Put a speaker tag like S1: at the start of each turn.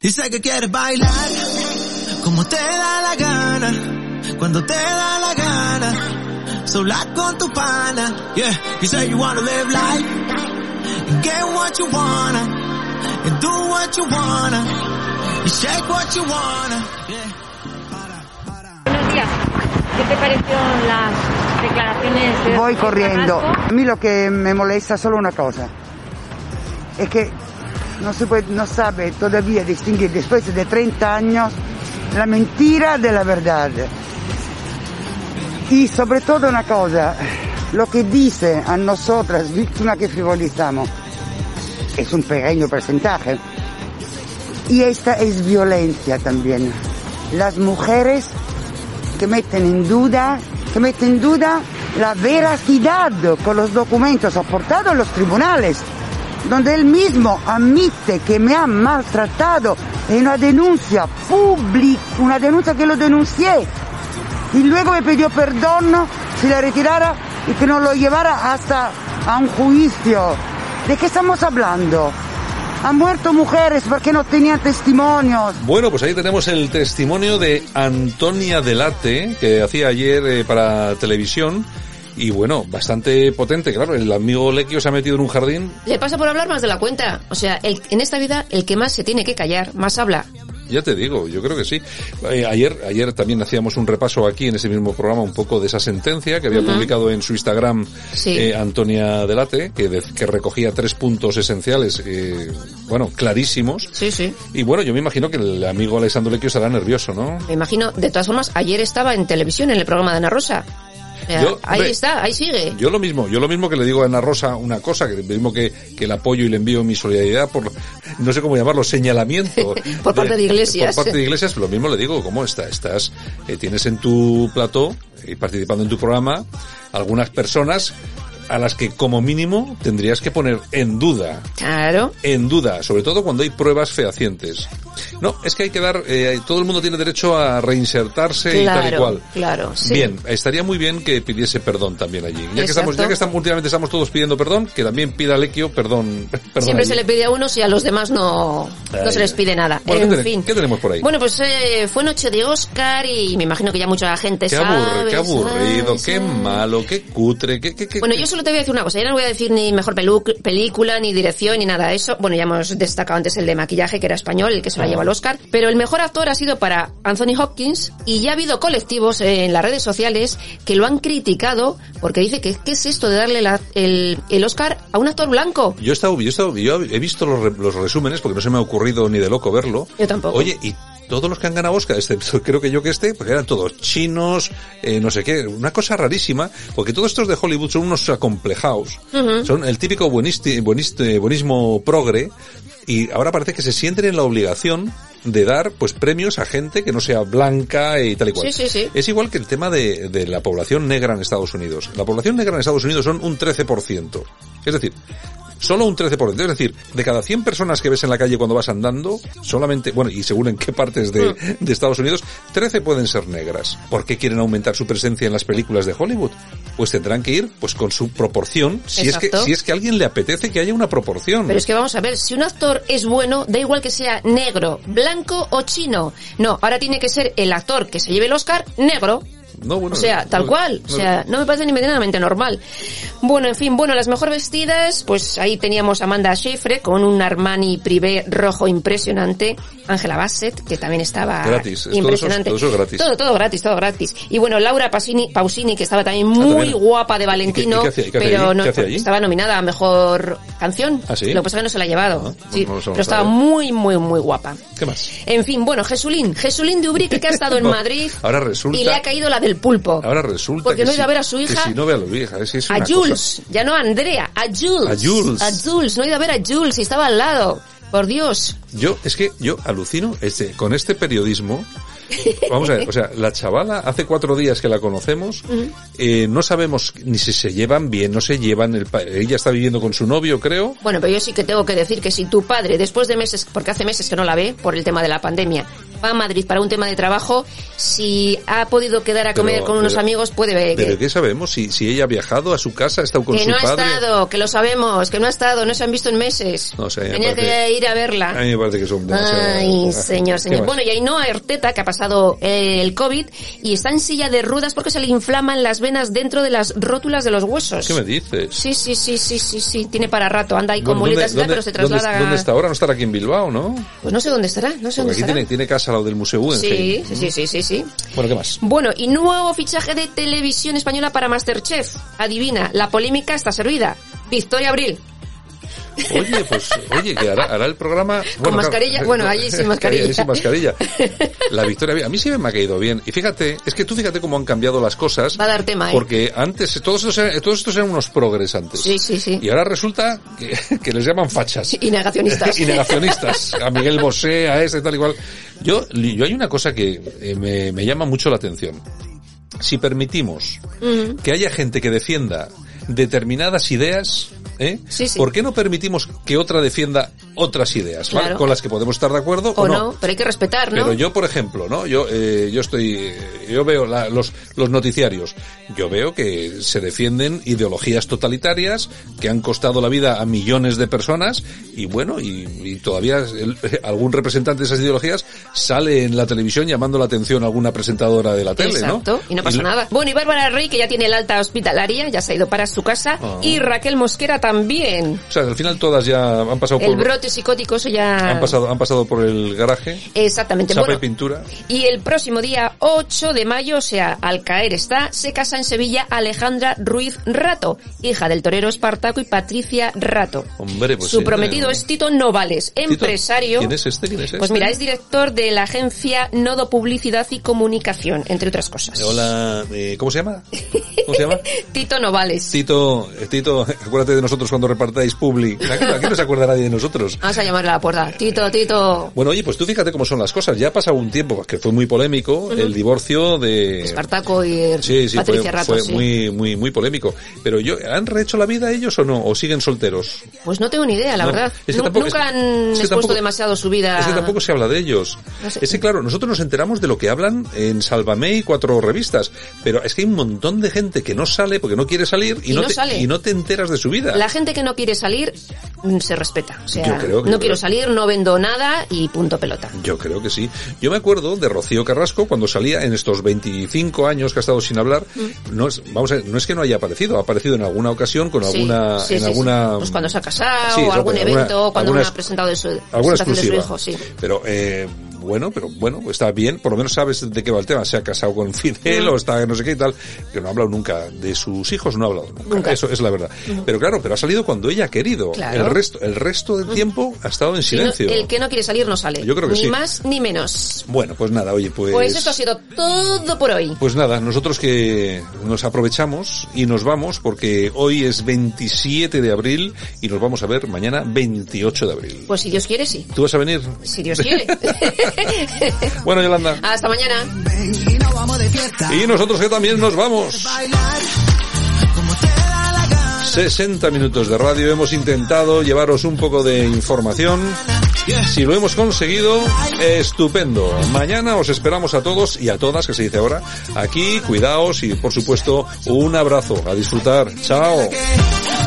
S1: Dice que quieres bailar como te da la gana, cuando te da la gana, sola con tu pana. Yeah, you say you wanna live life and get what you wanna and do what you wanna and shake what you wanna. Yeah.
S2: Buenos días. ¿Qué te parecieron las declaraciones de
S3: Voy
S2: de
S3: corriendo.
S2: Carrasco?
S3: A mí lo que me molesta es solo una cosa. Es que no se puede, no sabe todavía distinguir después de 30 años la mentira de la verdad. Y sobre todo una cosa, lo que dice a nosotras, víctimas que frivolizamos, es un pequeño porcentaje. Y esta es violencia también. Las mujeres que meten en duda, que meten en duda la veracidad con los documentos aportados a los tribunales, donde él mismo admite que me ha maltratado en una denuncia pública, una denuncia que lo denuncié. Y luego me pidió perdón si la retirara y que no lo llevara hasta a un juicio. ¿De qué estamos hablando? Han muerto mujeres porque no tenían testimonios.
S4: Bueno, pues ahí tenemos el testimonio de Antonia Delate, que hacía ayer eh, para televisión. Y bueno, bastante potente, claro. El amigo Lequio se ha metido en un jardín.
S5: Le pasa por hablar más de la cuenta. O sea, el- en esta vida el que más se tiene que callar, más habla.
S4: Ya te digo, yo creo que sí. Eh, ayer, ayer también hacíamos un repaso aquí en ese mismo programa un poco de esa sentencia que había publicado en su Instagram
S5: Sí.
S4: eh, Antonia Delate, que, de- que recogía tres puntos esenciales, eh, bueno, clarísimos.
S5: Sí, sí.
S4: Y bueno, yo me imagino que el amigo Alessandro Lequio estará nervioso, ¿no?
S5: Me imagino, de todas formas, ayer estaba en televisión en el programa de Ana Rosa. O sea,
S4: Yo,
S5: ahí
S4: hombre,
S5: está, ahí sigue.
S4: Yo lo mismo, yo lo mismo que le digo a Ana Rosa una cosa, que lo mismo que, que el apoyo y le envío mi solidaridad por, no sé cómo llamarlo, señalamiento.
S5: Por parte de Iglesias.
S4: Por parte de Iglesias, lo mismo le digo, ¿cómo está? Estás, eh, tienes en tu plató, y participando en tu programa, algunas personas a las que como mínimo tendrías que poner en duda
S5: Claro.
S4: en duda, sobre todo cuando hay pruebas fehacientes. No, es que hay que dar, eh, todo el mundo tiene derecho a reinsertarse y tal y
S5: Claro,
S4: cual.
S5: claro, sí.
S4: Bien, estaría muy bien que pidiese perdón también allí. Ya que estamos,
S5: Exacto.
S4: ya que estamos, últimamente estamos todos pidiendo perdón, que también pida Lequio perdón. perdón
S5: Siempre
S4: allí.
S5: se le pide a unos y a los demás no, no
S4: Ay.
S5: se les pide nada.
S4: Bueno, ¿qué
S5: en
S4: tenemos-
S5: fin.
S4: qué tenemos por ahí?
S5: Bueno, pues eh, fue noche de Oscar y me imagino que ya mucha gente
S4: Qué
S5: sabe.
S4: aburre, qué aburrido,
S5: sabe,
S4: qué
S5: sabe.
S4: malo, qué cutre, qué, qué, qué-
S5: Bueno,
S4: qué-
S5: yo solo te voy a decir una cosa. Yo no voy a decir ni mejor pelu- película, ni dirección, ni nada de eso. Bueno, ya hemos destacado antes el de maquillaje, que era español, el que se lo lleva al Oscar. Pero el mejor actor ha sido para Anthony Hopkins y ya ha habido colectivos en las redes sociales que lo han criticado porque dice que qué es esto de darle la- el, el Oscar a un actor blanco.
S4: Yo he, estado- yo he estado- yo he visto los, re- los resúmenes porque no se me ha ocurrido ni de loco verlo.
S5: Yo tampoco.
S4: Oye, y todos los que han ganado Oscar, excepto creo que yo que esté, porque eran todos chinos, eh, no sé qué, una cosa rarísima, porque todos estos de Hollywood son unos acomplejados, son el típico buenisti- bueniste- buenismo progre, y ahora parece que se sienten en la obligación de dar pues premios a gente que no sea blanca y tal y cual.
S5: Sí, sí, sí.
S4: Es igual que el tema de, de la población negra en Estados Unidos. La población negra en Estados Unidos son un 13%. Es decir, solo un 13%. Es decir, de cada 100 personas que ves en la calle cuando vas andando, solamente, bueno, y según en qué partes de,
S5: Mm.
S4: de Estados Unidos, 13 pueden ser negras. ¿Por qué quieren aumentar su presencia en las películas de Hollywood? Pues tendrán que ir pues con su proporción, si es que
S5: Exacto.
S4: si es que a alguien le apetece que haya una proporción.
S5: Pero es que vamos a ver, si un actor es bueno, da igual que sea negro, blanco o chino. No, ahora tiene que ser el actor que se lleve el Oscar negro.
S4: No, bueno,
S5: o sea, tal
S4: no,
S5: cual.
S4: no.
S5: O sea, no me parece ni medianamente normal. Bueno, en fin, bueno, las mejor vestidas, pues ahí teníamos a Amanda Seyfried con un Armani privé rojo impresionante. Angela Bassett, que también estaba
S4: Gratis, es todo eso-
S5: impresionante.
S4: todo eso es gratis.
S5: Todo, todo gratis, todo gratis. Y bueno, Laura Pausini, Pausini que estaba también muy
S4: Ah, también.
S5: guapa de
S4: ¿Y qué- y
S5: Valentino,
S4: qué hacía- y qué hacía
S5: pero
S4: allí?
S5: no
S4: ¿Qué hacía allí?
S5: estaba nominada a mejor canción.
S4: ¿Ah, sí?
S5: Lo que pasa es que no se la ha llevado.
S4: Ah,
S5: sí,
S4: pues no lo sabemos,
S5: pero estaba
S4: a ver.
S5: muy, muy, muy guapa.
S4: ¿Qué más?
S5: En fin, bueno, Jesulín. Jesulín de Ubrique que ha estado en
S4: No,
S5: Madrid.
S4: ahora resulta-
S5: Y le ha caído la del pulpo.
S4: Ahora resulta
S5: Porque
S4: que
S5: no ha ido
S4: si-
S5: a ver a su
S4: que
S5: hija.
S4: si no ve a la hija, es, es
S5: a
S4: una
S5: Jules, ya no a Andrea, a Jules.
S4: A Jules.
S5: A Jules, no he ido a ver a Jules y estaba al lado. Por Dios.
S4: Yo, es que yo alucino este, con este periodismo. Vamos a ver, o sea, la chavala hace cuatro días que la conocemos, eh, no sabemos ni si se llevan bien, no se llevan, el, pa- ella está viviendo con su novio, creo.
S5: Bueno, pero yo sí que tengo que decir que si tu padre, después de meses, porque hace meses que no la ve por el tema de la pandemia, va a Madrid para un tema de trabajo, si ha podido quedar a comer
S4: Pero-
S5: con unos
S4: pero-
S5: amigos, puede ver
S4: Pero
S5: que,
S4: ¿qué sabemos? Si, si ella ha viajado a su casa, ha estado con
S5: que
S4: su
S5: no ha
S4: padre.
S5: estado, que lo sabemos, que no ha estado, no se han visto en meses.
S4: No sé, a mí me
S5: Tenía
S4: parece-
S5: que ir a verla.
S4: A mí me parece que son demasiado-
S5: Ay,
S4: Ah,
S5: señor,
S4: ¿qué
S5: señor.
S4: más?
S5: Bueno, y Ainhoa Erteta, que ha pasado eh, el COVID y está en silla de ruedas porque se le inflaman las venas dentro de las rótulas de los huesos.
S4: ¿Qué me dices?
S5: Sí, sí, sí, sí, sí, sí. Tiene para rato. Anda ahí con
S4: Bueno,
S5: muletas y tal, pero se
S4: dónde-
S5: traslada...
S4: dónde está ahora? ¿No estará aquí en Bilbao, no?
S5: Pues no sé dónde estará, no sé
S4: Porque
S5: dónde
S4: aquí
S5: estará.
S4: tiene, tiene casa al lado del Museo
S5: Sí,
S4: Guggenheim.
S5: sí, sí, sí, sí, sí.
S4: Bueno, ¿qué más?
S5: Bueno, y nuevo fichaje de televisión española para Masterchef. Adivina, la polémica está servida. Victoria Abril.
S4: Oye, pues, oye, que hará, hará el programa... claro, eh,
S5: mascarilla, bueno, allí sin mascarilla.
S4: Allí sin mascarilla. La victoria, a mí sí me ha caído bien. Y fíjate, es que tú fíjate cómo han cambiado las cosas.
S5: Va a dar tema, ¿eh?
S4: Porque antes, todos estos, eran- todos estos eran unos progres antes.
S5: Sí, sí, sí.
S4: Y ahora resulta que, que les llaman fachas.
S5: Y negacionistas.
S4: y negacionistas. A Miguel Bosé, a este, tal y cual. Yo, yo hay una cosa que eh, me, me llama mucho la atención. Si permitimos que haya gente que defienda determinadas ideas, ¿eh?
S5: Sí, sí.
S4: ¿por qué no permitimos que otra defienda otras ideas, ¿vale?
S5: Claro.
S4: con las que podemos estar de acuerdo o,
S5: o no, pero hay que respetar, ¿no?
S4: pero yo, por ejemplo, ¿no? Yo, eh, yo estoy, eh, yo veo la- los, los noticiarios. Yo veo que se defienden ideologías totalitarias que han costado la vida a millones de personas y bueno, y, y todavía el- algún representante de esas ideologías sale en la televisión llamando la atención a alguna presentadora de la tele, ¿no?
S5: Exacto, y no pasa
S4: lo-
S5: nada. Bueno, y Bárbara Rey, que ya tiene el alta hospitalaria, ya se ha ido para su casa,
S4: Ah.
S5: y Raquel Mosquera también.
S4: O sea, al final todas ya han pasado
S5: El
S4: por,
S5: brote psicótico, eso ya...
S4: han pasado, han pasado por el garaje,
S5: Exactamente.
S4: sape
S5: Bueno,
S4: pintura.
S5: y el próximo día 8 de mayo, o sea, al caer está, se casa en Sevilla Alejandra Ruiz Rato, hija del torero Espartaco y Patricia Rato.
S4: Hombre, pues
S5: Su
S4: sí,
S5: prometido
S4: eh.
S5: es Tito Novales, empresario...
S4: ¿Quién es este? ¿Quién es este?
S5: Pues mira, es director de la agencia Nodo Publicidad y Comunicación, entre otras cosas.
S4: Hola, eh, ¿cómo se llama? ¿Cómo se llama?
S5: Tito Novales.
S4: Tito, eh, Tito, acuérdate de nosotros cuando repartáis Publi. Aquí, aquí no se acuerda nadie de nosotros.
S5: Vamos a llamarle a la puerta. Tito, Tito.
S4: Bueno, oye, pues tú fíjate cómo son las cosas. Ya ha pasado un tiempo pues, que fue muy polémico el divorcio de...
S5: Espartaco y
S4: Eh, Sí, sí,
S5: Pues, Patricia
S4: fue,
S5: Rato,
S4: fue
S5: sí.
S4: muy, muy, muy polémico. Pero yo, ¿han rehecho la vida ellos o no? ¿O siguen solteros?
S5: Pues no tengo ni idea, la
S4: No,
S5: verdad.
S4: es que
S5: Nu-
S4: tampoco-
S5: Nunca
S4: es-
S5: han
S4: es que
S5: expuesto
S4: tampoco-
S5: demasiado su vida.
S4: Es que tampoco se habla de ellos.
S5: No sé.
S4: Es que, claro, nosotros nos enteramos de lo que hablan en Sálvame y cuatro revistas, pero es que hay un montón de gente que no sale porque no quiere salir y,
S5: Y
S4: no,
S5: no
S4: te,
S5: sale.
S4: y no te enteras de su vida.
S5: La gente que no quiere salir mm, se respeta. O sea,
S4: Yo creo que-
S5: no
S4: yo
S5: quiero
S4: creo.
S5: salir, no vendo nada y punto pelota.
S4: Yo creo que sí. Yo me acuerdo de Rocío Carrasco cuando salía en estos 25 años que ha estado sin hablar. No es, vamos a ver, no es que no haya aparecido, ha aparecido en alguna ocasión con
S5: Mm. Sí,
S4: alguna,
S5: sí,
S4: en
S5: sí, sí.
S4: alguna.
S5: Pues cuando se ha casado,
S4: Sí,
S5: o
S4: exacto,
S5: algún
S4: alguna-
S5: evento, cuando
S4: alguna
S5: no
S4: ex-
S5: ha presentado de su,
S4: alguna
S5: presentación de su
S4: exclusiva.
S5: hijo, sí.
S4: Pero, eh, bueno, pero bueno, pues está bien, por lo menos sabes de qué va el tema. Se ha casado con
S5: Mm.
S4: Fidel o está no sé qué y tal, que no ha hablado nunca de sus hijos, no ha hablado nunca.
S5: Nunca.
S4: Eso es la verdad. Pero claro, pero ha salido cuando ella ha querido.
S5: Claro.
S4: El resto, el resto del tiempo ha estado en
S5: Si no-
S4: silencio.
S5: el que no quiere salir no sale.
S4: Yo creo que
S5: ni
S4: sí.
S5: más ni menos.
S4: Bueno, pues nada, oye, pues.
S5: Pues esto ha sido todo por hoy.
S4: Pues nada, nosotros que nos aprovechamos y nos vamos porque hoy es 27 de abril y nos vamos a ver mañana 28 de abril.
S5: Pues si Dios quiere, sí.
S4: ¿Tú vas a venir?
S5: Si Dios quiere.
S4: Bueno, Yolanda.
S5: Hasta mañana.
S1: Ven y nos vamos de fiesta.
S4: Y nosotros que también nos vamos.
S1: Bailar como te da la gana.
S4: 60 minutos de radio, hemos intentado llevaros un poco de información. Si lo hemos conseguido, estupendo. Mañana os esperamos a todos y a todas, que se dice ahora, aquí, cuidaos y por supuesto un abrazo. A disfrutar. Chao.
S1: Que